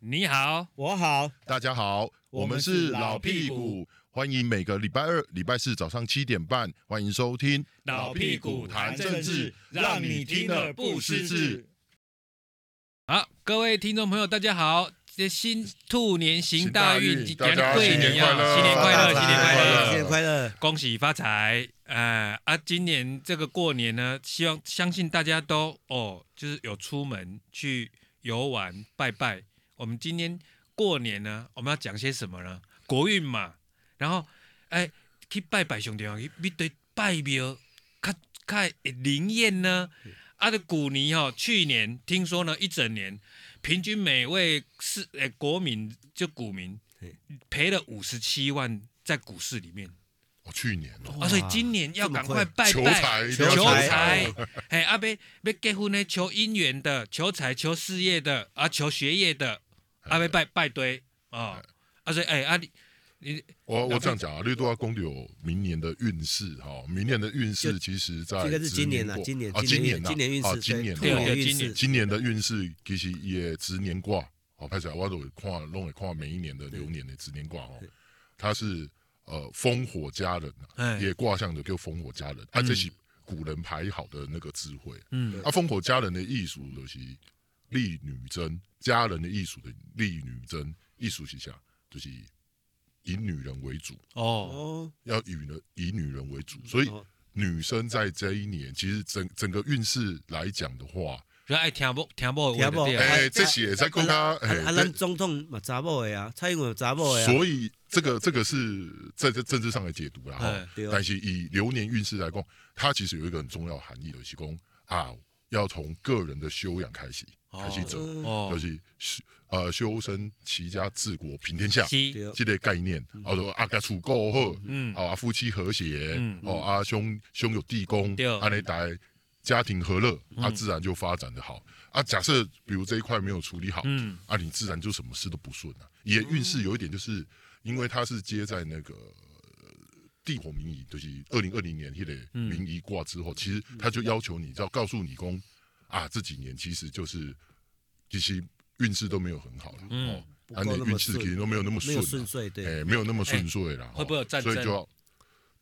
你好，我好，大家好，我我们们是是老老屁屁股股，欢迎每个礼拜二、礼拜四早上七点半，欢迎收听老屁股谈政治，让你听了不失智。好，各位听众朋友，大家好，这新兔年行大运，行大运大家对新你年啊快乐新年快乐，发新大年快财乐新。年快乐！恭喜发财！呃啊，今年这个过年呢，希望相信大家都哦，就是有出门去游玩拜拜。我们今天过年呢，我们要讲些什么呢？国运嘛，然后哎去拜拜兄弟啊，去你对拜庙，看看灵验呢。啊，的古尼哦，去年听说呢，一整年平均每位是诶国民就股民赔了五十七万在股市里面。哦，去年哦，啊，所以今年要赶快拜求拜，财，求求财财，哎，啊，别别结婚呢，求姻缘的，求财，求事业的，啊，求学业的，啊，哎别拜拜堆哦，啊，所以哎，啊，你你我我这样讲啊，绿都要公有明年的运势哈，明年的运势就其实在这个是今年啊，今今年啊，，今年啊今年运啊势，今年兔对啊年对运今年势，今年的运势其实也值年卦哦，拍起来我都会看，拢会看每一年的流年的值年卦哦，它是呃烽火佳人啊，哎也卦象的叫烽火佳人啊，嗯这是古人排好的那个智慧。嗯啊，烽火佳人的艺术就是立女真，佳人的艺术的立女真，艺术是啥？就是以女人为主，哦，哦，要以呢以女人为主，嗯所以哦女生在这一年，其实整整个运势来讲的话，所以爱听不听不听的不话就对啊哎了，哎，这些在跟他啊哎啊，，咱总统嘛，查某的啊，蔡英文有查某的啊，所以这个这个是在这政治上的解读啦。哈哎对哦但是以流年运势来讲，它其实有一个很重要的含义，就是讲啊，要从个人的修养开始哦开始走，就哦，是修呃修身齐家治国平天下是，对哦这类概念。啊，说啊，甲处够好，嗯，好啊，夫妻和谐嗯，哦啊，兄兄友弟恭对，嗯安尼大家家庭和乐，啊，自然就发展的好。啊，假设比如这一块没有处理好，嗯啊，你自然就什么事都不顺了、啊。也运势有一点，就是因为它是接在那个呃地火民仪，就是二零二零年迄个嗯民仪卦之后，其实他就要求你，要告诉你公啊，这几年其实就是其实运势都没有很好了，嗯哦，不啊，够你那么运势顺其实都没有那么没顺有啊，顺遂，对，哎，没有那么顺遂啦，哎会不会有战所争啊以就要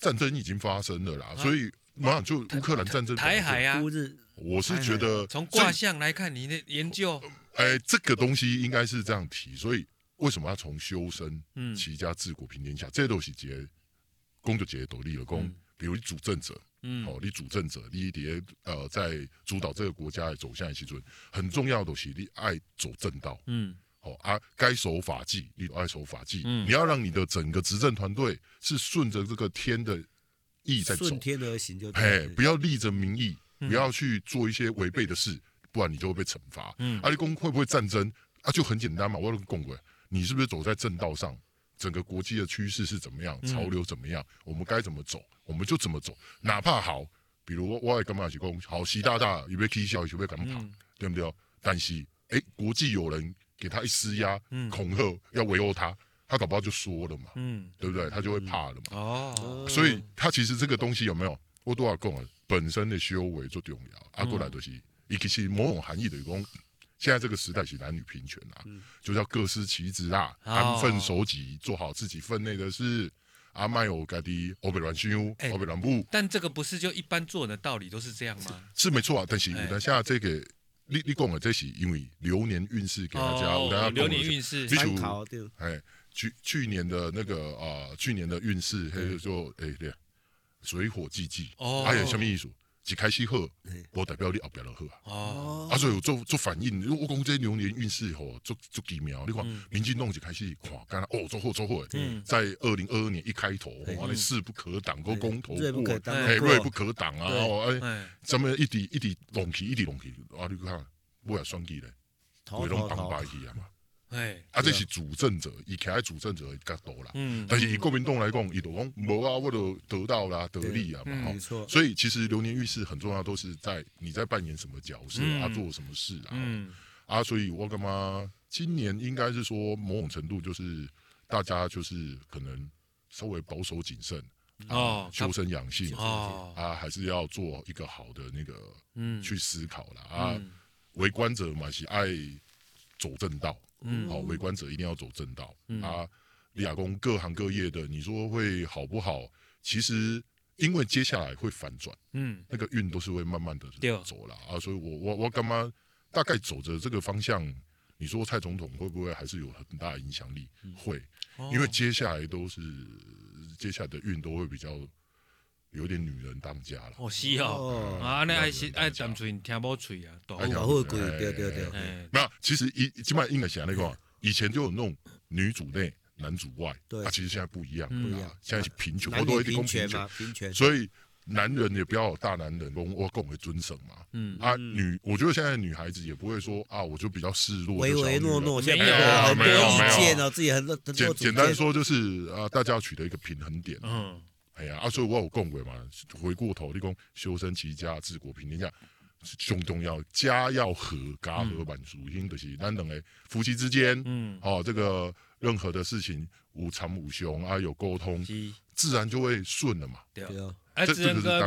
战争已经发生了啦，所以马上就乌克兰战争台海，啊乌，日我是觉得从所以卦象来看，你的研究，哎，这个东西应该是这样提，所以为什么要从修身、嗯齐家、治国、平天下这都是节，公就节都立了功。比如你主政者，嗯哦，你主政者，你得呃在主导这个国家的走向的时阵，很重要的东西，你爱走正道。嗯哦啊，该守法纪，你都爱守法纪。嗯你要让你的整个执政团队是顺着这个天的意在走顺，天而行就嘿嗯对，，不要立着民意，不要去做一些违背的事，不然你就会被惩罚。嗯阿里公会不会战争啊？就很简单嘛，我有共过，你是不是走在正道上？整个国际的趋势是怎么嗯样？潮流怎么样？我们该怎么走，我们就怎么走，哪怕好，比如我我也干嘛去讲，好习大大有没有 K 笑，有没有嗯干嘛，对不对？但是哎，国际有人给他一施压、嗯恐吓，要围殴他，他搞不好就说了嘛，嗯，对不对？他就会怕了嘛。哦，所以他其实这个东西有没有，我都要讲啊，本身的修为最重要。嗯啊，过来就是，伊其实某种含义的讲，现在这个时代是男女平权啊，就是要各司其职啦，嗯哦安分守己，做好自己分内的事。啊，卖有家己，我被乱修，哎我被乱布，但这个不是就一般做人的道理都是这样吗？是没错啊。但是有哎当下这个，你你讲的这是因为流年运势给大家，有当哦下啊流讲年的，运势比，如参考对，哎，去去年的那个啊、去年的运势，还嗯有就哎对，水火既济，哦啊还有什么意思？一开始好嘿，无代表你后壁就好啊。哦。啊，所以有做做反应，我讲这流年运势吼，做做奇妙。你看，民进党就开始看，干哦，做好做好的。嗯在二零二二年一开头，哇，那势不可挡，个公投锐不可过，当哎，过锐不可挡啊！对哦，哎，哎，咱们一直一直拢起，一直拢起，啊，你看，我也选举咧，头哦鬼拢头当头败，去啊嘛。哎，啊，这是主政者，伊徛在主政者的角度啦。嗯，但是以国民党来讲，伊就讲无啊，我就得到啦，得利啊嘛。嗯吼没错，所以其实流年运势很重要，都是在你在扮演什么角色、嗯啊，做什么事啊。嗯啊，所以我干嘛今年应该是说某种程度就是大家就是可能稍微保守谨慎，哦修身养性哦，啊，还是要做一个好的那个嗯去思考啦啊嗯。为官者嘛是爱走正道，嗯好，为官者一定要走正道、嗯啊。立亚工各行各业的，你说会好不好？其实因为接下来会反转，嗯那个运都是会慢慢的哦对走了啊，所以我我我干嘛大概走着这个方向，你说蔡总统会不会还是有很大的影响力？嗯会，哦哦因为接下来都是接下来的运都会比较有点女人当家了。哦是哦，哦，啊，安尼爱对是对爱对淡喙，听无喙啊，大哎呀有保护鬼，哎对对对，哎，没有，其实以基本上应该想那个，以前就有那种女主内男主外，对嗯啊，其实现在不一样不了一啦样，现在是贫穷，我男女都一定讲平贫权穷嘛，，平权，所以男人也不要有大男人公，我共为尊神嘛。嗯，啊，女，我觉得现在女孩子也不会说啊，我就比较示弱，唯就小唯诺女人诺，没有现在很多没有没有意见哦，自己很多很多简主见简单，说就是啊，大家要取得一个平衡点。嗯，哎呀，啊，所以我有共轨嘛，回过头立功，修身齐家治国平天下，最重要，家要和，家和满足，因的是咱两个夫妻之间，嗯，哦，这个任何的事情无常无凶啊，有沟通，是。自然就会顺了嘛。对对哦啊，这志恩哥这个要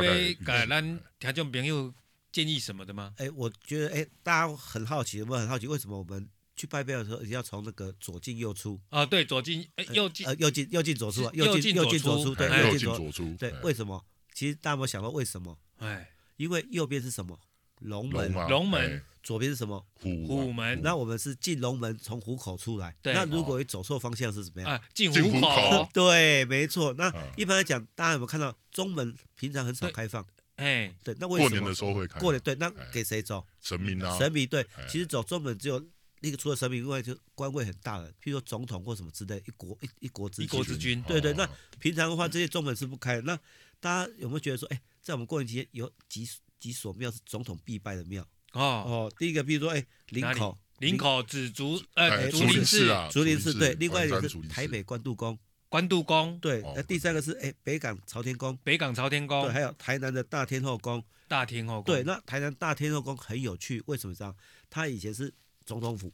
是大概给咱听众朋友建议什么的吗？哎，我觉得哎，大家很好奇，有没有很好奇为什么我们去拜拜的时候一定要从那个左进右出，啊，对，左进哎右进呃，右进右进左出啊，右右进进左右进左出出，对，哎右右进进左，左出，对哎，为什么？其实大家有没有想过为什么？哎因为右边是什么？龙门龙，啊，龙门哎左边是什么？虎虎啊门那我们是进龙门，从虎口出来。对哦那如果你走错方向是怎么样？啊进进虎虎口口， 对，没错。那啊一般来讲，大家有没有看到中门平常很少对开放？哎对，那为过什么？年的时候会开，过年对，那哎给谁走？神明啊，神明对哎，其实走中门只有那个除了神明以外，就官位很大的，譬如说总统或什么之类，一国一一国之一国君之君对对，哦那平常的话，这些中门是不开的。那大家有没有觉得说，哎，在我们过年期间有几几所庙是总统必拜的庙？哦，哦，第一个，比如说，哎，林哪里口，林口紫竹呃哎竹竹林寺林寺啊竹林寺竹林寺对，另外一关个山是竹林寺台北关渡宫，关渡宫、对，哦那第三个是哎北港朝天宫，北港朝天对，宫、还有台南的大天后宫，大天后宫，嗯对，那台南大天后宫很有趣，为什么这样？它以前是总统府，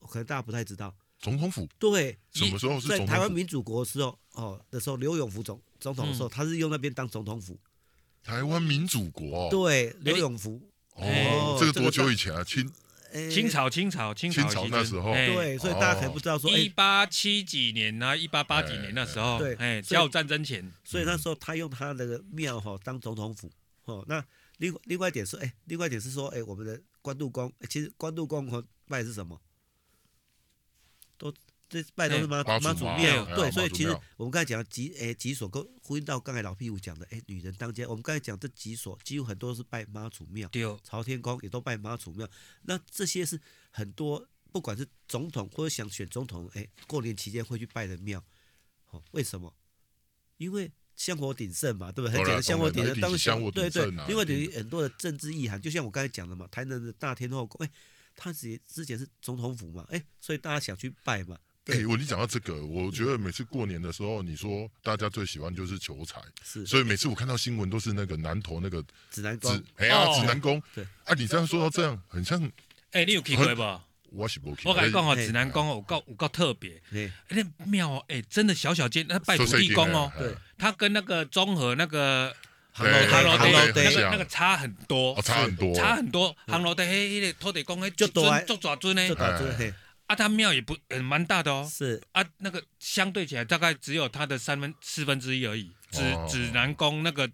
可能大家不太知道，总统府对，什么时候是在总台湾统府？嗯民主国的时候，哦的时候，刘永福总总统的时候，他是用那边当总统府，台湾民主国哦，对，刘永福，哦哎，这个多这个久以前啊？清哎哦哎清，朝清朝清清朝那时候对，所以大家可能不知道说，一哎，八七几年啊，一八八几年那时候，对哎，所以甲午战争前，所以那时候他用他的庙哈当总统府哦。那另另外一点是，哎，另外一点是说，哎，我们的关渡宫，哎其实关渡宫和拜的是什么？都这拜都是妈哎妈祖妈祖庙庙，哎对，妈所以祖其实庙我们刚才讲的几哎几所跟呼应到刚才老屁股讲的，哎，女人当家。我们刚才讲这几所几乎很多是拜妈祖庙，对，朝天宫也都拜妈祖庙。那这些是很多不管是总统或者想选总统，哎，过年期间会去拜的庙。哦，为什么？因为香火鼎盛嘛，对不对？很当简然单，香火当鼎然盛，当一定是香火鼎对对盛啊，另外等一于定很多的政治意涵，就像我刚才讲的嘛，台南的大天后宫，哎，它之之前是总统府嘛，哎，所以大家想去拜嘛，哎、我你讲到这个，我觉得每次过年的时候，你说大家最喜欢就是求财，是所以每次我看到新闻都是那个南投那个指南宫指，哎呀哦指南宫，对啊，你这样说到这样，很像哎，你有去过不？我是不去我跟你讲哦，哎指南宫哦有够有够特别，哎，那庙哦，哎，真的小小间，那拜土啊地公哦，对，它跟那个综合那个航楼对航楼航航楼楼对那对哎很个像那个差很多哦，，差很多，差很多。航楼的嘿，那个土地公嘿，就大尊做爪尊呢这，导致哎嘿啊，它庙也不嗯蛮大的哦，是啊，那个相对起来大概只有它的三分四分之一而已。指哦指南宫那个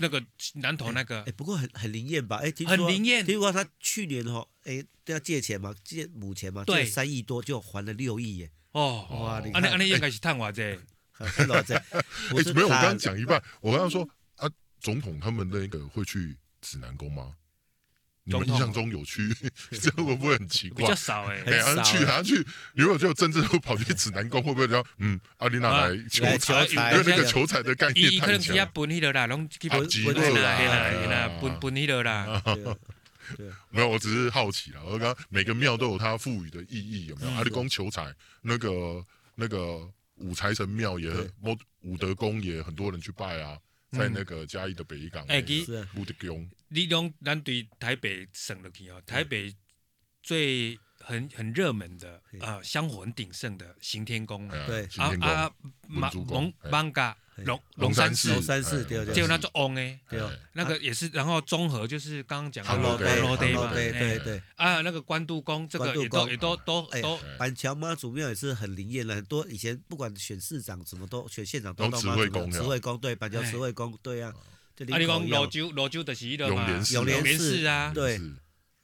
那个南头那个哎，不过很很灵验吧？哎，听说很灵验听说他去年哈，哎，都要借钱嘛，借母钱嘛，对借三亿多就还了六亿耶，哦，哇，你啊看那，啊那应该是探瓦这，很老 在，哎、是没有，我他刚刚讲一半，我刚刚说啊，总统他们那个会去指南宫吗？你总们统印象中有去， 这样会不会很奇比怪较？少哎很。哎，好像少去，好像去，如果只有政治人物跑去指南宫，会不会这样？嗯，阿丽娜来求来财，求财因为那个对求财的概伊伊念可太能去强遐了。分迄落啦，拢去啊分极分乐那啦嘿啦哎嘿啦啊，分分迄落啦。对啊对啊没有，我只是好奇了。我刚刚每个庙都有它赋予的意义，有没有？嗯阿里宫求财，那个那个五财神庙也很，某武德宫也很多人去拜啊，在那个嘉义的北港，哎其嗯是啊武德宫，你拢咱对台北省落去哦，台北最很很热门的嘿啊，香火很鼎盛的行天宫哎呀对行啊天宫，啊，文芒殊宫蒙哎芒嘎龙龙山寺龙，山寺对对结果那做翁诶，对哦，那个也是，然后综合就是刚刚讲的唐罗楼唐杯杯楼唐杯杯罗嘛，哎杯，对对。啊，那个关渡宫这个关渡也都宫也都都哎都哎板桥妈祖庙也是很灵验的，很多以前不管选市长什么都选县长都都到慈妈祖惠庙宫慈了惠宫对，板桥哎慈惠宫对啊，就啊，你林口讲一泸样，州，泸州就是迄个嘛，永联寺永啊联寺啊，对是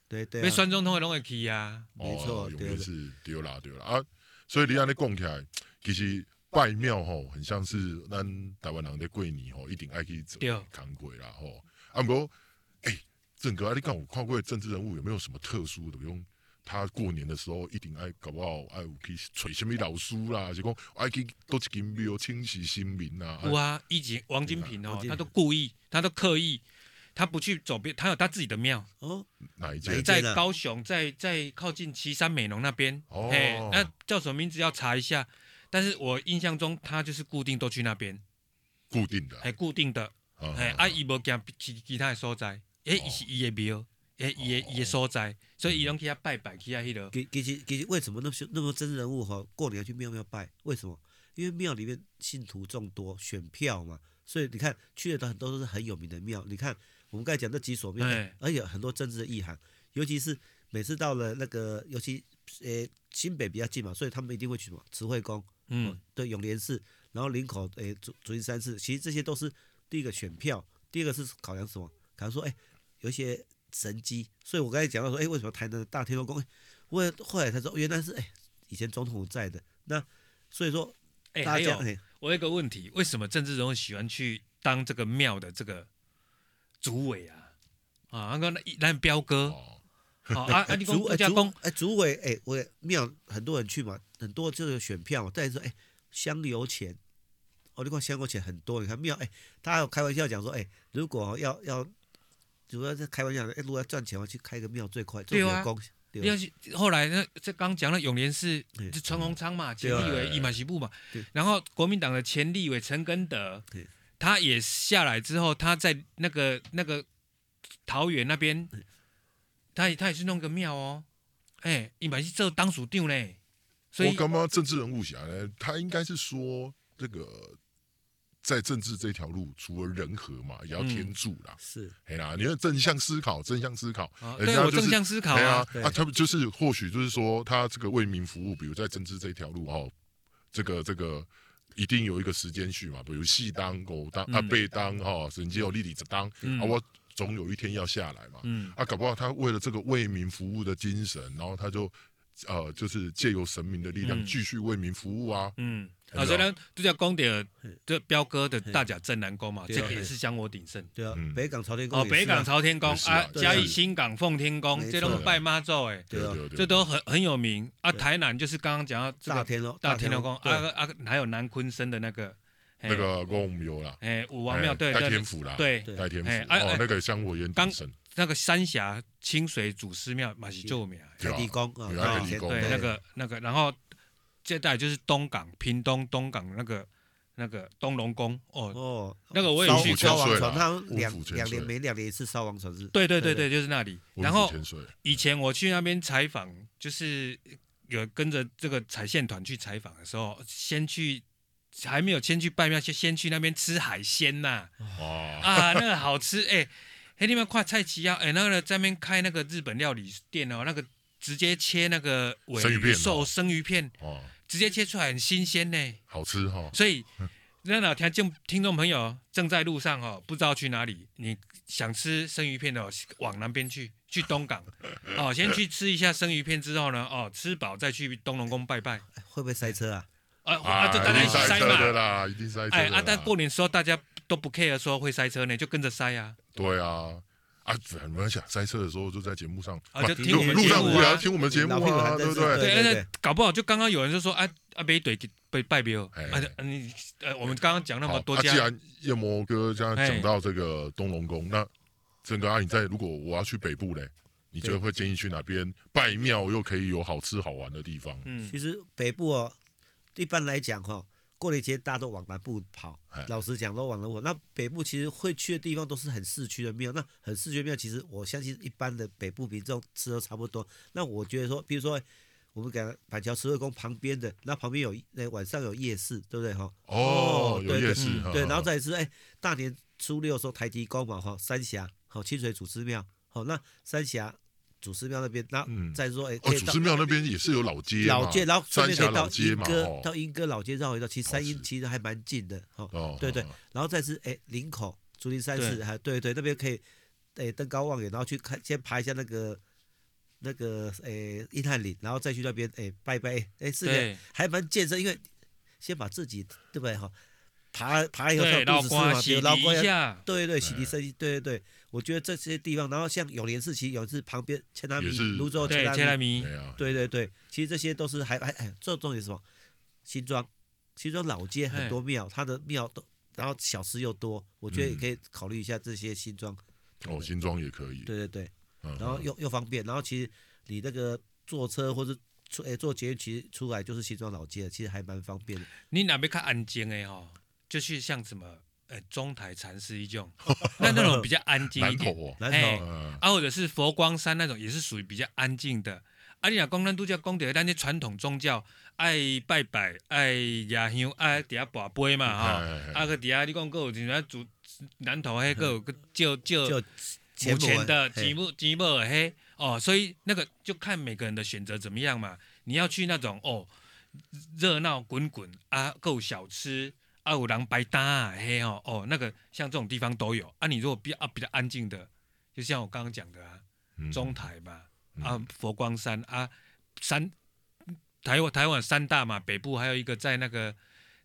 对对被啊，酸中通的拢会去啊，没错哦，永对远的是丢啦丢啦啊！所以你安尼讲起来，其实拜庙吼，很像是咱台湾人在过年吼，一定爱去做对扛鬼啦吼。啊，不过，哎、郑哥啊，你看我看过的政治人物有没有什么特殊的？比如他过年的时候一定爱搞不好啊爱有去找什么老师啦，是讲爱去多一间庙清洗心民啊。有啊，以前王金平王哦金，平他都故意，他都刻意，他不去走边，他有他自己的庙，哦，哪哪一一间？在间啊高雄，在在靠近旗山美浓那边，哦嘿，那叫什么名字要查一下，但是我印象中他就是固定都去那边，固定的。啊还固定的，嗯哎，啊，伊无惊其其他的所在，哦哎，伊是伊的庙，哎，伊的伊的所在，所以伊嗯拢去遐拜拜，去遐迄落，其其实其实为什么那么那么真人物哈，过年要去庙庙拜？为什么？因为庙里面信徒众多，选票嘛，所以你看去的都很多都是很有名的庙。你看我们刚才讲那几所庙哎，而且有很多政治的意涵，尤其是每次到了那个，尤其呃新北比较近嘛，所以他们一定会去什么慈惠宫，嗯，哦对，永联寺，然后林口诶竹竹林山寺，其实这些都是第一个选票，第二个是考量什么？考量说，哎，有一些神机，所以我刚才讲到说，哎，为什么台南的大天后宫？哎我也后来才知道，原来是哎以前总统在的，那所以说哎，大还家有哎我有一个问题，为什么政治人物喜欢去当这个庙的这个主委啊？啊，那个咱彪哥，哦，好啊啊，你讲 主国哎家主公，哎主委哎我也庙很多人去嘛，很多这个选票嘛，再来说哎香油钱。哦，你看香油钱很多，你看庙哎，他还有开玩笑讲说，哎，如果哦要要，主要在开玩笑，哎，如果要赚钱，我去开个庙最快，对最有啊功。你要是后来呢，这刚讲了永联寺对就陈鸿昌嘛，前对啊立委伊马西布嘛对，然后国民党的前立委陈根德对，他也下来之后，他在那个那个桃园那边，他也他也是弄个庙哦，哎，伊嘛是做当属长嘞，所我以刚刚政治人物想呢，他应该是说这个在政治这条路，除了人和嘛，也要嗯天助啦。是哎、啦，你要正向思考，正向思考，啊，人对家我就是正向思考哎呀啊，对啊，他们就是或许就是说，他这个为民服务，比如在政治这条路哦，这个这个一定有一个时间序嘛，比如戏当、狗当啊、嗯被当哈，甚至有立立子当嗯啊，我总有一天要下来嘛。嗯，啊，搞不好他为了这个为民服务的精神，然后他就呃，就是借由神明的力量嗯继续为民服务啊。嗯，对啊，啊虽然都叫讲到这彪哥的哎嘿大甲镇南宫嘛，对啊这个也是香火鼎盛。对啊，嗯北港朝天宫哦，也是啊北港朝天宫也是啊啊，嘉对义啊新港奉天宫，没这都错是拜妈祖诶，对啊对对，这都很很有名啊。对台南就是刚刚讲到这大个天哦，大天后宫对啊啊，还有南昆生的那个嘿那个公庙啦，哎五王庙哎对戴对天府啦，，对，对戴天府哎哎哦哎，那个香火烟鼎盛，那个三峡清水祖师庙嘛是救名的，对海啊地宫啊，有啊大天地宫对对那个那个，然后接下来就是东港屏东东港那个那个东龙宫哦，哦，那个我也烧去烧过王船，五千岁啦他五两千岁两年每两年一次烧王船是，对对对对，对就是那里，五然后福。千岁，以前我去那边采访，就是有跟着这个采线团去采访的时候，先去还没有先去拜庙，先先去那边吃海鲜呐、哦哇，啊，那个好吃哎，哎、你们看菜奇啊，哎、那个在那边开那个日本料理店哦，那个直接切那个尾生鱼片鱼哦寿生鱼片，哦，直接切出来很新鲜呢，好吃哈，所以。嗯那老听众听众朋友正在路上哦，不知道去哪里，你想吃生鱼片的哦，往南边去，去东 港哦，先去吃一下生鱼片之后呢，哦，吃饱再去东龙宫拜拜，哎会不会塞车啊？啊啊，就大家一一定起塞塞车嘛，的啦，一定塞车的哎啦。啊，但过年的时候大家都不 care 说会塞车呢，就跟着塞啊，对啊，啊，没关系，啊，塞车的时候就在节目上，啊不就听我们路节上目无聊啊听我们节目老屁股还啊，在对不这对？对对对，那搞不好就刚刚有人就说啊啊，没对被拜庙，哎啊啊你呃，我们刚刚讲那好，么多啊既家，然夜魔哥这样哎讲到这个东龙宫，那郑哥啊，你在如果我要去北部嘞，你觉得对会建议去哪边拜庙又可以有好吃好玩的地方？嗯其实北部哦，一般来讲哈、哦，过年前大家都往南部跑哎。老实讲，都往南部跑。那北部其实会去的地方都是很市区的庙。那很市区的庙，其实我相信一般的北部民众吃都差不多。那我觉得说，比如说我们给它板桥慈惠宫旁边的，那旁边有那晚上有夜市，对不对哈？哦哦，有对夜对市嗯，哈对，哈然后再来是哎，大年初六的时候台提宫嘛哈，三峡好清水祖师庙好，那三峡祖师庙那边，那嗯再说哎，哦，可以祖到师庙那边也是有老街嘛，老街，然后顺三便峡可以老到街莺嘛，歌，哦到莺歌老街绕一绕，其实哦三是莺其实还蛮近的哈。哦，对对哦，然后再是哎林口竹林山对寺，还对对，那边可以哎登高望远，然后去看先爬一下那个那个哎硬汉岭，然后再去那边哎拜拜，哎是的，对还蛮健身，因为先把自己对不对哈，爬爬以后对，到老肚子吃嘛，瓜对洗老涤一下，对对，洗涤身心，哎对对对，我觉得这些地方，然后像永联市，其实有是旁边千达米也是、泸州对，千切拉达米，米，对啊，对对对，其实这些都是还还哎，这重点是什么？新庄，新庄老街很多庙，它的庙都，然后小吃又多，我觉得也嗯可以考虑一下这些新庄。哦，新庄也可以，对对对，嗯，然后嗯又又方便，然后其实你那个坐车或者出哎坐捷运，其实出来就是新庄老街了，其实还蛮方便的。你哪边看安静的哦，就是像什么呃中台禅师一种，那那种比较安静一南点，口哦，南哎头嗯，啊，或者是佛光山那种也是属于比较安静的。啊，你若讲咱拄则讲着咱这传统宗教爱拜拜、爱压香、爱伫遐跋杯嘛吼，哎哎哎啊，搁伫遐你讲搁有一咱主南头迄个有个叫叫就目前的嘿吉姆吉姆尔黑哦，所以那个就看每个人的选择怎么样嘛。你要去那种哦热闹滚滚啊，够小吃啊，有人白搭啊嘿哦哦，那个像这种地方都有啊。你如果比较、啊、比较安静的，就像我刚刚讲的啊，嗯中台嘛，嗯啊佛光山啊三台湾台湾有三大嘛，北部还有一个在那个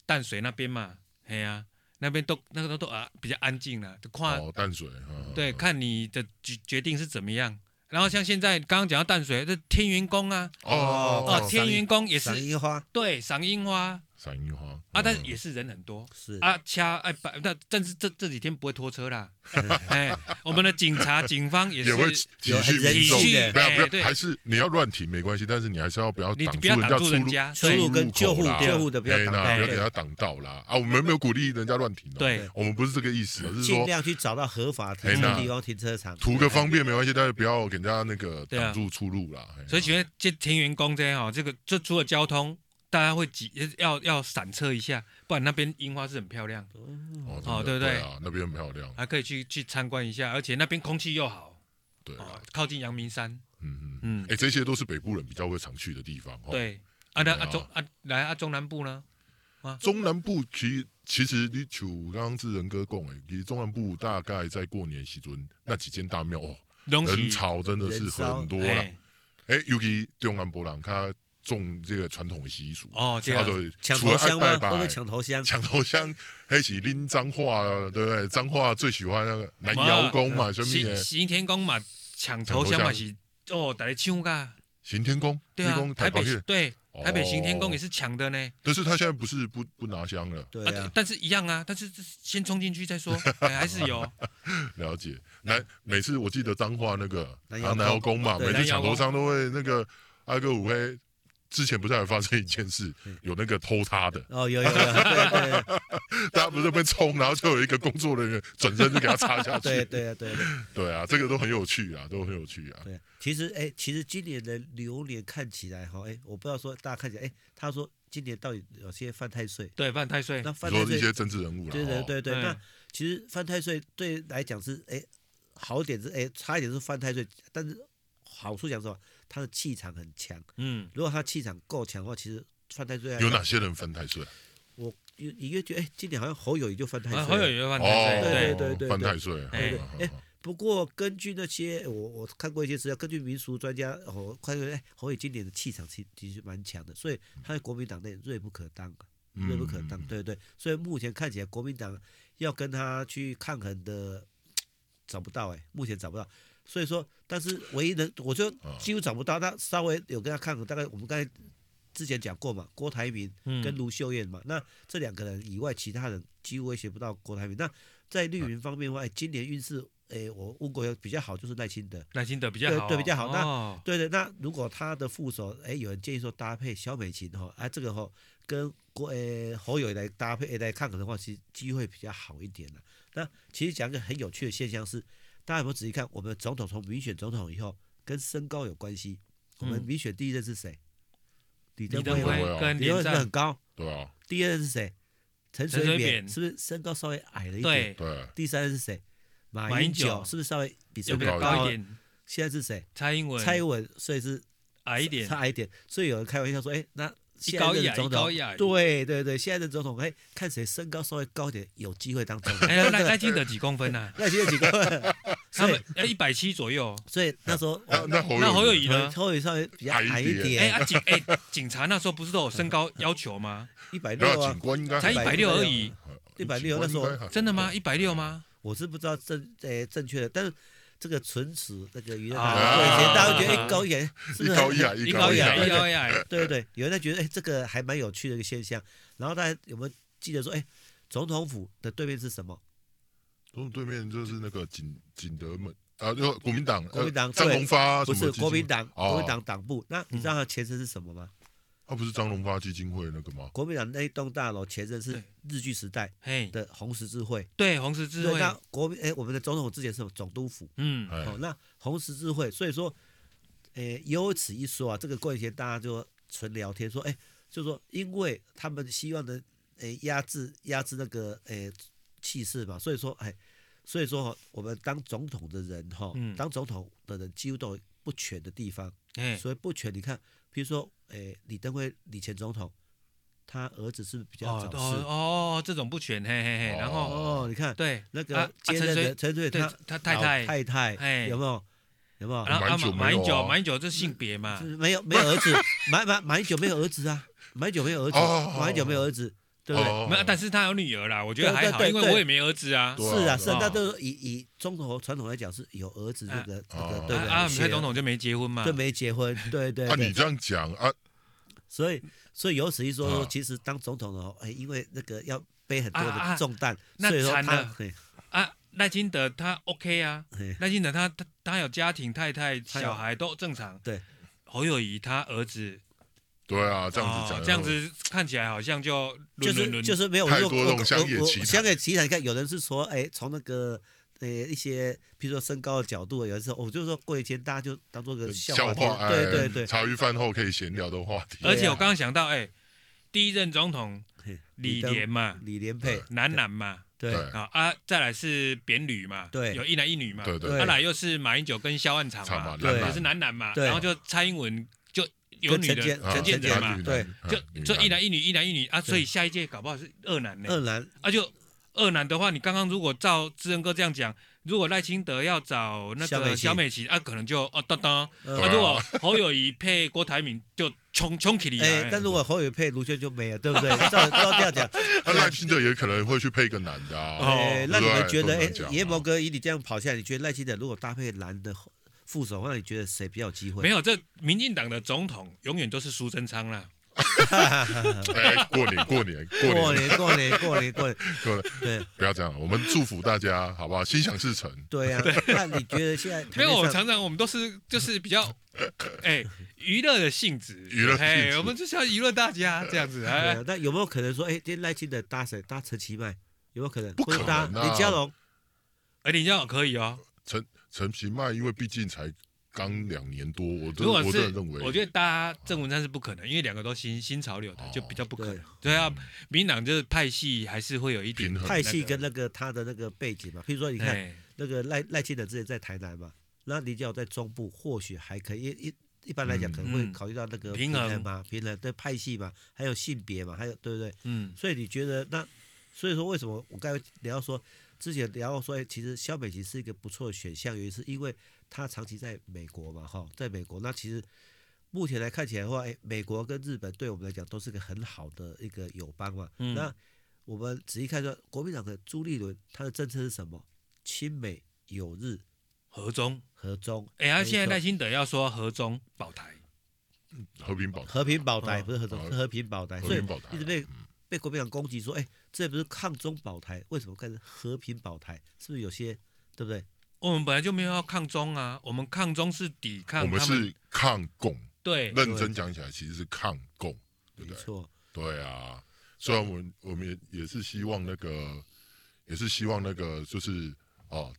淡水那边嘛，嘿啊，那边都那个都都啊比较安静啦，就看。哦淡水，嗯对，嗯看你的决决定是怎么样。然后像现在刚刚讲到淡水，这天云宫啊，哦哦哦，哦，天云宫也赏是樱花对赏樱花赏樱花啊，但嗯也是人很多是啊，掐哎把那但是这这几天不会拖车啦，哎，我们的警察警方也也会是体恤有很民人众，性的不要哎不对要，还是你要乱停没关系，但是你还是要不要你挡不要挡出住人家出对入出入跟救护口啦救护的不要哎挡那道不要给对他挡道啦啊！我们没有鼓励人家乱停哦，对我们不是这个意思，而是尽说量去找到合法停哎车那地方停车场，图个方便没关系，但是不要给人家那个对啊挡住出入啦。哎所以请问这天云宫这样哦，这个这除了交通，大家会挤要要闪车一下，不然那边樱花是很漂亮，哦哦对不对真的对啊，那边很漂亮，还可以去去参观一下，而且那边空气又好对啊哦，靠近阳明山，嗯嗯，嗯哎，这些都是北部人比较会常去的地方。哦，对，啊那对啊啊中啊来啊中南部呢？中南部其实其实你像刚刚志仁哥讲诶，其实中南部大概在过年时阵那几间大庙哦，拢是人潮真的是很多啦。哎哎，尤其中南部人他重这个传统的习俗，哦，这他样就抢除了头爱香拜吗？会不拜会、抢头香？抢头香，还是拎脏话，啊对不对？脏话最喜欢那个南窑公嘛，什么行的行天宫嘛，抢头香嘛抢头是哦，大家抢噶，行天宫，对天啊宫，台跑北去，对哦台北行天宫也是，是抢的呢，但是他现在不是不不拿香了。对啊啊，但是一样啊，但是这是先冲进去再 说，哎还是有，了解，南每次我记得彰化那个南啊窑南窑宫嘛，对每次南窑抢宫头上都会那个阿哥五黑。之前不是还发生一件事，有那个偷他的，哦，有有有，对对大家不是被冲，然后就有一个工作人员转身就给他插下去。对对对 对对对啊，这个都很有趣啊，都很有趣啊。对。其实哎，其实今年的榴莲看起来哈，哎，我不知道说大家看起来，哎，他说今年到底有些犯太岁，对，犯太岁那，哎你犯太说岁，一些政治人物啦，对对哦对对，对那其实犯太岁对来讲是哎，好点是哎，差一点是犯太岁，但是好处讲什么？他的气场很强，嗯，如果他气场够强的话，其实犯太岁还有哪些人犯太岁？我隐隐约觉得，哎，今年好像侯友谊就犯太岁啊了。好有有犯太岁，哦，对对，对对对犯太岁。哎好好哎好不过根据那些我我看过一些资料，根据民俗专家侯看过，哎，侯友宜今年的气场其其实蛮强的，所以他在国民党内锐不可当，锐不可当，嗯对对。所以目前看起来国民党要跟他去抗衡的找不到，哎，目前找不到。所以说，但是唯一能，我就啊几乎找不到。他稍微有跟他抗衡，大概我们刚才之前讲过嘛，郭台铭跟嗯，卢秀燕嘛，那这两个人以外，其他人几乎威胁不到郭台铭。那在绿啊云方面的话，哎今年运势，哎，我问过比较好就是赖清德，耐心的比较好，对对比较好那哦对的。那如果他的副手，哎，有人建议说搭配萧美琴哈，啊，这个哈跟郭哎侯友宜来搭配哎来抗衡的话，其实机会比较好一点了。那其实讲一个很有趣的现象是，大家有没有仔细看，我们总统从民选总统以后，跟身高有关系。我们嗯民选第一任是谁？李李登登辉嘛，啊辉跟李连登辉真的很战，高。对啊，第二是谁？陈陈水水扁扁是不是身高稍微矮了一对，点？对，啊第三是谁？马马英英九九是不是稍微比有陈比比较水较高高一了？点，现在是谁？蔡英文蔡英文，所以是矮一点差，矮一点，所以有人开玩笑说：“哎，那一现在高一的矮，总一高统一，矮。对啊对对，现在的总统，哎，看谁身高稍微高一点，有机会当总 统。”哎呀，赖赖清德几公分 呐？那现在几个？ 他所们以要一百七左右。所以那时候那那 侯那侯友宜宜呢？侯友宜稍微比较矮一矮一哎点，啊警哎，警察那时候不是都有身高要求吗？一百然六后啊警，官应该才还好160而已， 160那时候警官应该还好真的吗？？一百六吗？我是不知道正呃正确的，但是这个唇齿那个于啊对，以前大家会觉得一高一矮，啊是不一是高很？一矮，一啊一高高一矮，矮一，高一矮。对对对，有人在觉得哎，这个还蛮有趣的一个现象。然后大家有没有记得说，哎，总统府的对面是什么？总统对面就是那个景景德门啊，就国民党，呃国民党张对荣发不什是么基金国民党，哦国民党党部。那你知道它前身是什么吗？啊，不是张荣发基金会那个吗？国民党那一栋大楼前身是对日据时代嘿，的红十字会。对，红十字对，会那，国民哎，我们的总统之前是总督府。嗯，哎，哦，那红十字会，所以说，诶、有此一说啊，这个过年前大家就纯聊天说，诶，就说因为他们希望能诶压制压制那个诶气势嘛，所以说，哎，所以说哦我们当总统的人哈、嗯当总统的人几乎都有不全的地方，哎，所以不全，你看，比如说，诶，李登辉李前总统，他儿子是不是比较哦早逝？哦哦，这种不全，嘿嘿嘿，哦然后哦你看对那啊个啊接陈任的水陈水扁对他他太老太，太哎太有没有？有没有？然后马啊马英九没有英九啊马英九这性别嘛就，是没有没有儿子，马马马英九没有儿子啊，马英九没有儿子，哦马英九没有儿子，对不对？哦没有，但是他有女儿啦，我觉得对还对好，对因为对我也没儿子啊。对是啊啊，是哦啊，那都是以以中国传统来讲是有儿子啊这个这哦个对不对？啊，啊血蔡总统就没结婚嘛就，没结婚，对对啊，你对，这样讲啊，所以所以由此一说说啊，其实当总统的哦，哎，因为那个要背很多啊啊的重担，那所以说惨他了嘿啊，赖清德他 OK 啊，嘿赖清德他他他有家庭、太太、他有小孩都正常。对，侯友谊他儿子对啊，这样子哦讲，这样子看起来好像就就轮轮是轮，就是没有太我多我那种我乡野我奇谈乡野奇谈，你看有人是说，哎，从那个。呃，一些比如说身高的角度，有的时候我就说过年前大家就当做个笑笑话听话，，哎对对对，茶余饭后可以闲聊的话题，而且对啊我刚刚想到，哎、第一任总统嘿李登连嗯嘛，李连佩，男男嘛，对对啊啊，再来是扁吕嘛，对有一男一女嘛，对对对再来又是马英九跟萧万长长嘛，对也男是男男嘛，对然后就蔡英文就有跟女陈的建嗯啊陈建陈仁建嘛男，对女就男就女一男男一女，一男一女啊，所以下一届搞不好是二男呢、二男啊就。二男的话，你刚刚如果照志恩哥这样讲，如果赖清德要找那萧个美琴萧美琴，啊，可能就哦当当；呃啊，对如果侯友谊配郭台铭，就冲冲起来哎，。但如果侯友配卢轩就没有，对 不对？照照这样讲，那啊赖清德也可能会去配个男的啊，哎哦，那你们觉得，对哎不对不能讲啊，野毛哥以你这样跑下来，你觉得赖清德如果搭配蓝的副手，那你觉得谁比较有机会？没有，这民进党的总统永远都是苏贞昌啦。哎，过年过年过过年，年过年过年过 年，过年对不要这样，我们祝福大家，好不好？心想事成，对啊。那你觉得现在没台有，我面上常常我们都是就是比 较，哎，娱乐的性质，娱乐性质哎，我们就是要娱乐大家这样子，对哎啊，，那有没有可能说，哎，今天赖清德搭谁？搭陈其迈有没有可能？不或者可搭能啊林佳龙，哎，林家好可以哦。陈陈其迈，因为毕竟才刚两年多，我如真的果我真是的认为，我觉得搭郑文灿是不可能，因为两个都新新潮流的，哦就比较不可能对。对啊，民进党就是派系还是会有一点平衡派系跟那个他的那个背景嘛，譬如说你看哎那个赖赖清德之前在台南嘛，那林佳龙在中部或许还可以，一一一般来讲嗯可能会嗯考虑到那个平衡嘛，平衡对派系嘛，还有性别嘛，还有对不对？嗯所以你觉得那，所以说为什么我刚才聊到说，之前聊到说，哎，其实萧美琴是一个不错的选项，原因是因为她长期在美国嘛，哈，在美国，那其实目前来看起来的话，哎，美国跟日本对我们来讲都是个很好的一个友邦嘛。嗯那我们仔细看说，国民党的朱立伦他的政策是什么？亲美友日和中，和中，哎，他没错现在赖清德要说和中保台，和平保和平保台哦不是和中，哦是和平保台，和所以平保台一直被嗯被国民党攻击说，哎，这不是抗中保台，为什么变成和平保台？是不是有些对不对？我们本来就没有要抗中啊，我们抗中是抵我抗们他们，是抗共，对，认真讲起来其实是抗共，对不没对？错，对啊，虽然我们我们也也是希望那个，也是希望那个就是哦，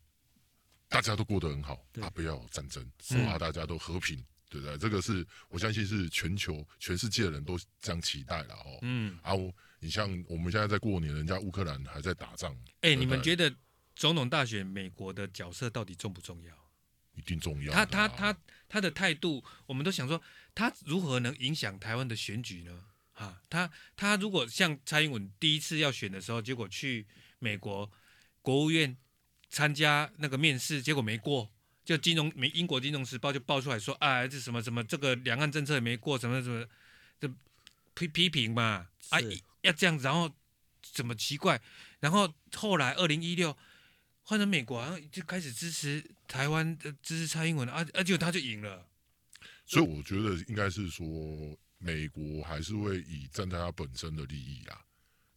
大家都过得很好对啊，不要有战争，嗯啊，大家都和平，对不对？这个是我相信是全球全世界的人都这样期待了哦。嗯，啊，我你像我们现在在过年，人家乌克兰还在打仗，哎，对你们觉对得总统大选美国的角色到底重不重要？一定重要的他啊。他他他的态度，我们都想说，他如何能影响台湾的选举呢？啊，他他如果像蔡英文第一次要选的时候，结果去美国国务院参加那个面试，结果没过，就金融美英国金融时报就爆出来说，啊，这什么什么这个两岸政策也没过，什么什么这批批评嘛，啊是，要这样，然后怎么奇怪？然后后来二零一六换成美国，好像就开始支持台湾，呃支持蔡英文啊，而且他就赢了。所以我觉得应该是说，美国还是会以站在它本身的利益啦，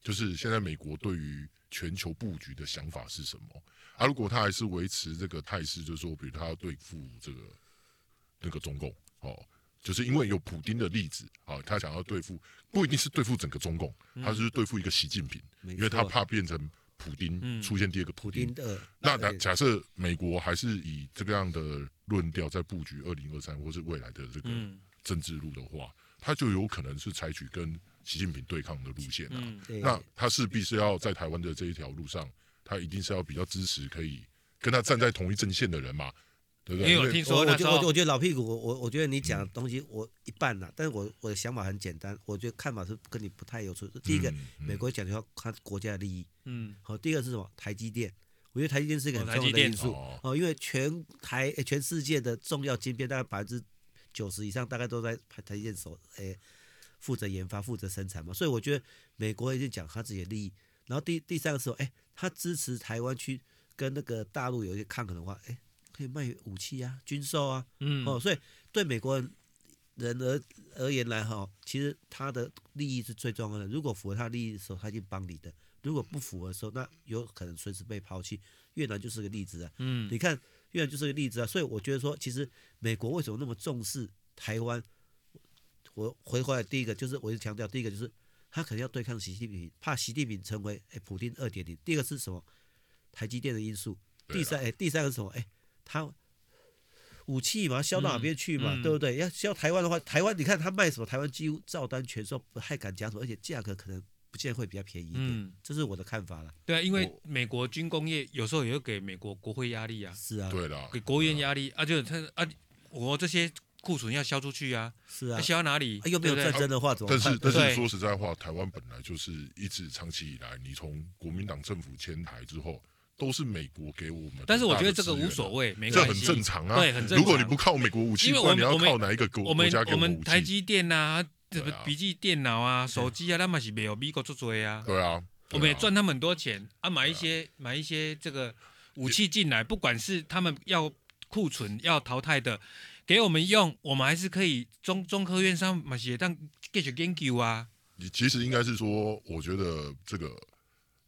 就是现在美国对于全球布局的想法是什么啊？如果它还是维持这个态势，就是说，比如它要对付这个那个中共哦。就是因为有普丁的例子啊，他想要对付，不一定是对付整个中共，他就是对付一个习近平，没因为他错怕变成普丁嗯出现第二个啊普普丁丁的那假对假设美国还是以这个样的论调在布局二零二三或是未来的这个嗯政治路的话，它就有可能是采取跟习近平对抗的路线啊。嗯，对那他势必是要在台湾的这一条路上，他一定是要比较支持可以跟他站在同一阵线的人嘛，对不因对？为我因为听我说我那觉时得我觉得候我觉得老屁股，我我我觉得你讲嗯的东西我一半啦，但是我我的想法很简单，我觉得看法是跟你不太有出入。第一个，嗯嗯美国讲究要看国家的利益，嗯，好，第二个是什么？台积电，我觉得台积电是一个哦很台重要积的电因素哦哦，因为全台诶全世界的重要晶片大概百分之九十以上，大概都在台台积电手诶负责研发、负责生产嘛，所以我觉得美国已经讲他自己的利益。然后第第三个是说，哎，他支持台湾去跟那个大陆有一些抗衡的话，哎，可以卖武器啊、军售啊，嗯哦，所以对美国人而而言来哈，其实他的利益是最重要的。如果符合他利益的时候，他已经帮你的；如果不符合的时候，那有可能随时被抛弃。越南就是个例子啊，嗯你看越南就是个例子啊。所以我觉得说，其实美国为什么那么重视台湾？我回过来第一个就是，我就强调第一个就是他可能要对抗习近平，怕习近平成为哎普丁二点零。第二个是什么？台积电的因素。对啊第三哎，第三个是什么？哎，他武器嘛，销到哪边去嘛，嗯嗯对不对？要销台湾的话，台湾你看他卖什么，台湾几乎照单全收，不太敢讲什么，而且价格可能不见得会比较便宜一点，嗯，这是我的看法啦。对啊，因为我美国军工业有时候也会给美国国会压力啊，是啊，对啦，给国务院压力啊，就是他啊，我这些库存要销出去啊，是啊要，销到哪里啊？又没有对不对战争的话怎么但办？是但对是说实在话，台湾本来就是一直长期以来，你从国民党政府迁台之后，都是美国给我们很大的资源啊。但是我觉得这个无所谓，没这关很系，正常啊。对很正常如果你不靠美国武器，因为不然你要我们靠哪一个国我国们家给我们们武台器？积电啊，这对个啊笔记电脑啊、手机啊，那么是没有美国做多啊。对啊，我们也对啊赚他们很多钱啊，买一些买一些这个武器进来，不管是他们要库存要淘汰的，给我们用，我们还是可以中中科院上嘛写当继续研究啊。你其实应该是说，我觉得这个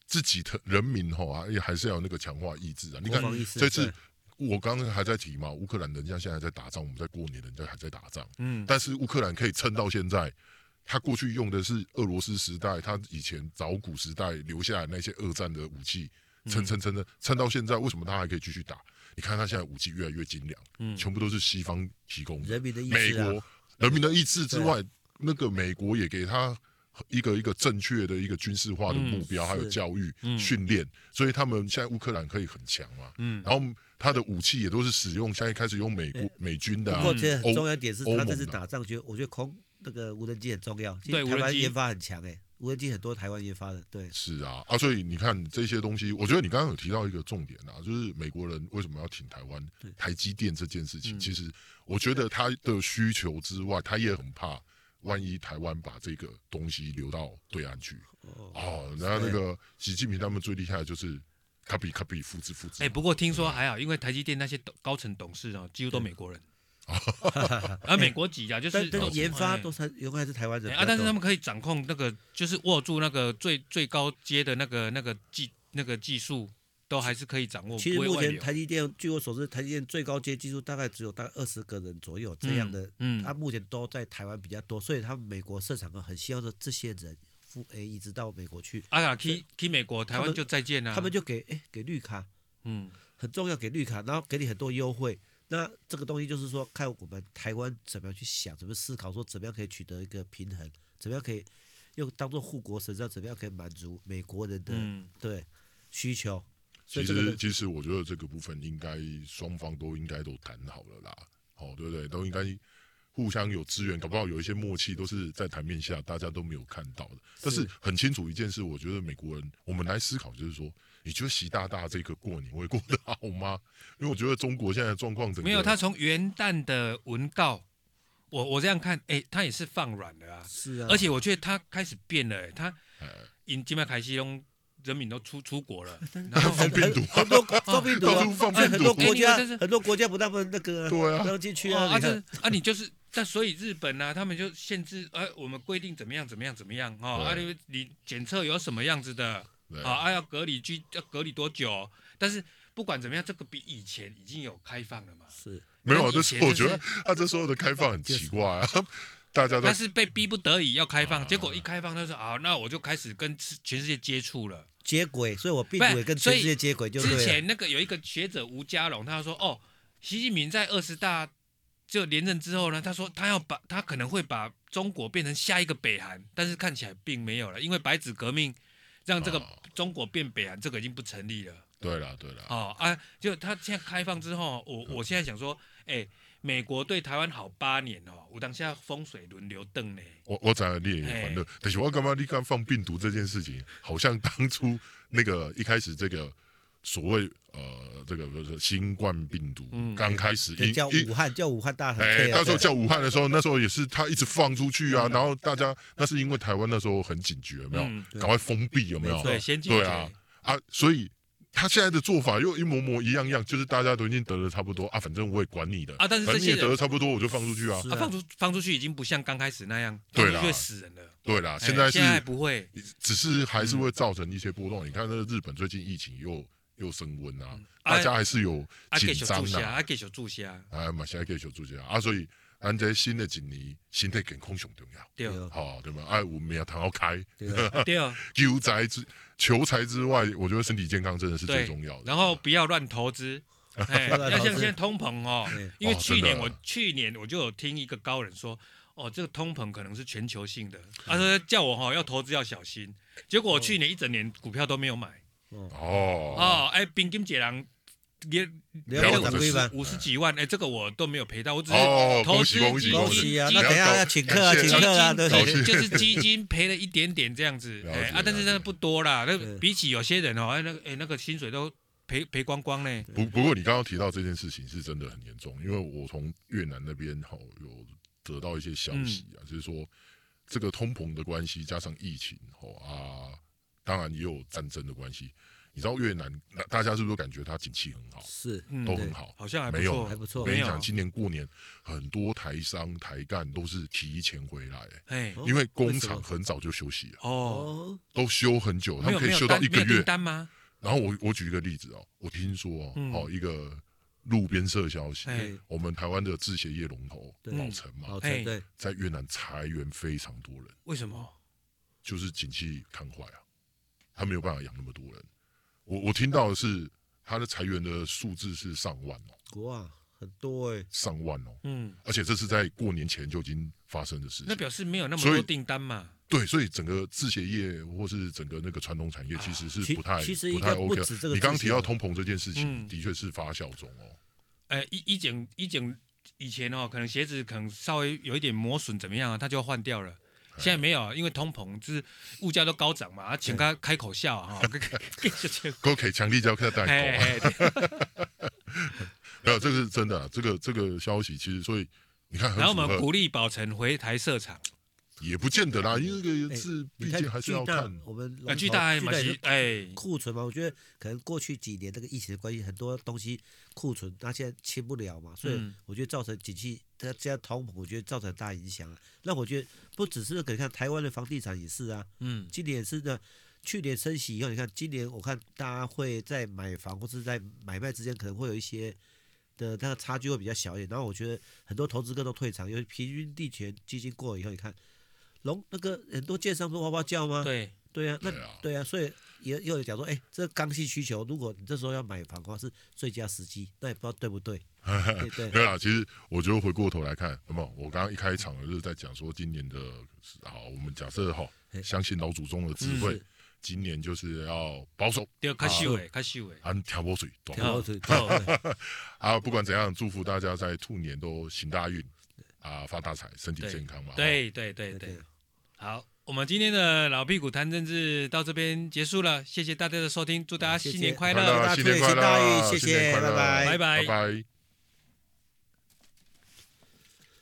自己的人民吼啊，也还是要有那个强化意志啊。你看国防意识这次对我刚刚还在提嘛，乌克兰人家现在在打仗，我们在过年，人家还在打仗，嗯，但是乌克兰可以撑到现在。他过去用的是俄罗斯时代，他以前早古时代留下来那些二战的武器，撑撑撑撑撑到现在，为什么他还可以继续打？你看他现在武器越来越精良，嗯全部都是西方提供的。人民的意美识啊国，人民的意志之外，那个美国也给他一个一个正确的一个军事化的目标，嗯还有是教育、嗯训练，所以他们现在乌克兰可以很强嘛。嗯然后他的武器也都是使用，现在开始用美国美军的、不啊过，这很欧重要一点是，欧他盟这次的打仗，觉得我觉得空那个无人机很重要，其对实无台人湾机研发很强哎、无人机很多台湾研发的，对，是啊，啊，所以你看这些东西，我觉得你刚刚有提到一个重点啊，就是美国人为什么要挺台湾台积电这件事情，其实我觉得他的需求之外，他也很怕，万一台湾把这个东西流到对岸去，哦，然后那个习近平他们最厉害的就是卡比卡比复制复制，哎、不过听说还好，因为台积电那些董高层董事哦，几乎都美 国人，啊，美国籍啊，就但是哎但是研发哎都是永远还是台湾人哎比较啊，但是多他们可以掌控那个，就是握住那个最最高阶的那个那个技那个技术，都还是可以掌握。其实不会目外前流台积电，据我所知，台积电最高阶技术大概只有大概二十个人左右这样的，嗯嗯它目前都在台湾比较多，所以他们美国市场很希望说这些人赴诶移植到美国去，阿卡啊去去美国，台湾就再见了、啊他们就给诶给绿卡，嗯很重要给绿卡，然后给你很多优惠，那这个东西就是说，看我们台湾怎么样去想，怎么思考，说怎么样可以取得一个平衡，怎么样可以用当做护国神山，怎么样可以满足美国人的、嗯对需求。所其以这个实东其实我觉得这个部分应该双方都应该都谈好了啦，好、对不对？都应该互相有资源，搞不好有一些默契都是在台面下大家都没有看到的。但是很清楚一件事，我觉得美国人我们来思考就是说，你觉得习大大这个过年会过得好吗？因为我觉得中国现在的状况整个没有，他从元旦的文告，我我这样看，哎、他也是放软了啊。是啊，而且我觉得他开始变了、哎他哎因今麦凯西用人民都出出国 了，然后放病毒啊，很多放病毒、到啊处，放哎病很毒多，国家哎你看这是很多国家不那么那个、对啊不让进去哦啊。啊你看这啊你就是，但所以日本啊，他们就限制，呃，我们规定怎么样怎么样怎么样哦，啊对你你检测有什么样子的，对好啊要隔离居要隔离多久？但是不管怎么样，这个比以前已经有开放了嘛，是没有，跟就以是前我就觉是得他这所有的开放很奇怪啊， 大家都但是被逼不得已要开放，啊结果一开放他说啊，那我就开始跟世全世界接触了。接轨，所以我病不是毒也跟所全以世界接轨就对之了。前那个有一个学者吴家龙，他说哦，习近平在二十大就连任之后呢，他说他要把他可能会把中国变成下一个北韩，但是看起来并没有了，因为白纸革命让这个哦中国变北韩，这个已经不成立了。对了对了，哦啊，就他现在开放之后，我我现在想说，哎，美国对台湾好八年哦，我当下风水轮流瞪呢。我我才烈也欢乐，哎但是我干嘛你敢放病毒这件事情，好像当初那个一开始这个所谓呃这个不是新冠病毒嗯刚开始对一叫一武汉，叫武汉大很哎，对啊那时候对叫武汉的时候，那时候也是他一直放出去啊，然后大家那是因为台湾那时候很警觉，有没有嗯？对赶快封闭，有没有？没错对，先进对啊啊，所以他现在的做法又一模模一样样，就是大家都已经得了差不多啊，反正我也管你的啊但是这反正你些也得人了差不多，我就放出去啊。是啊，放出放出去已经不像刚开始那样，放对出去啦会死人了。对啦，哎现在是现在不会，只是还嗯是会造成一些波动。你看，那日本最近疫情又又升温啊，嗯啊大家还是有啊，紧继续张注的下，啊。啊，继续注下，哎，马来西亚继续做这样啊，所以咱这新的一年，身体健康上重要，对对好、对吧？哎，我们也谈好开，对啊对哦，求财之求财之外，我觉得身体健康真的是最对重要的。然后不要乱投资。哎，不要乱要投资像现在通膨哦对，因为哦去年真的我去年我就有听一个高人说，哦，这个通膨可能是全球性的，啊他说叫我哈要投资要小心，结果我去年一整年股票都没有买，哦，哦，哎，冰金姐郎也你要赔了五我了解掌柜十吧？五十几万，哎，这个我都没有赔到，我只是哦，投恭资喜恭喜恭喜啊！基那等一下感要请客啊，感谢请客啊，对基不金 对？就是基金赔了一点点这样子，了解哎了啊，但是真的不多啦。那对比起有些人哦，哎那个哎那个薪水都赔赔光光嘞。不不过你刚刚提到这件事情是真的很严重，因为我从越南那边好有得到一些消嗯息啊，就是说这个通膨的关系加上疫情哦啊，当然也有战争的关系。你知道越南那大家是不是都感觉它景气很好，是，嗯都对很好？好像还不没有啊错，还不错我没跟你有讲，，今年过年很多台商台干都是提前回来、哎哦因为工为什么厂很早就休息了，哦，哦，都休很久，他没们有可以没休有到单一没个有订月。单吗？然后我我举一个例子哦，我听说哦，嗯哦一个路边社消息，哎对我们台湾的制鞋业龙头对老陈嘛嗯好，哎对对，在越南裁员非常多人，为什么？就是景气看坏啊，他没有办法养那么多人。我我听到的是他的裁员的数字是上万哦，哇，很多哎，上万哦，嗯，而且这是在过年前就已经发生的事那情。表示没有那么所多以订单嘛。对，所以整个制鞋业或是整个那个传统产业其实是啊其不太其实应该太 OK 不止这的。个你刚刚制鞋啊提到业通膨这件事情，嗯的确是发酵中哦。哎，一一整一整以前哦，可能鞋子可能稍微有一点磨损怎么样啊，他就换掉了。哎现在没有，啊因为通膨就是物价都高涨嘛，啊，请哎他开口笑啊， 哈，都可以强力胶克带口啊。 哎哎，对没有，这个是真的啊、这个这个消息其实，所以你看很然后符我们合，鼓励宝城回台设厂。也不见得啦，因为这个哎是你毕看竟还是要巨大看。我们啊，龙巨头大爱巨马也西是哎，库存嘛，我觉得可能过去几年这个疫情的关系，很多东西库存那现在清不了嘛，所以嗯我觉得造成景气，它这样通膨，我觉得造成很大影响啊。那我觉得不只是可能看台湾的房地产也是啊，嗯，今年是呢，去年升息以后，你看今年我看大家会在买房或是在买卖之间可能会有一些的那个差距会比较小一点。然后我觉得很多投资客都退场，因为平均地权基金过了以后，你看龙那个很多建商不是哇哇叫吗？对，对啊，那对啊对啊，所以也也有人讲说，哎、这刚性需求，如果你这时候要买房的话，是最佳时机，那也不知道对不对？对 对 没有啦，其实我觉得回过头来看，那么我刚刚一开场就是在讲说今年的，好，我们假设哈，嘿相信老祖宗的智嗯哎慧是，今年就是要保守，对，较秀诶，较秀诶，按挑拨水，懂吗然后是好对啊，不管怎样，祝福大家在兔年都行大运，啊，发大财，身体健康嘛。哦，对对对对对对，，好，我们今天的老屁股谈政治到这边结束了，谢谢大家的收听，祝大家谢谢新年快大乐，家新年快大家新年乐，大运谢谢新年快乐拜拜拜拜拜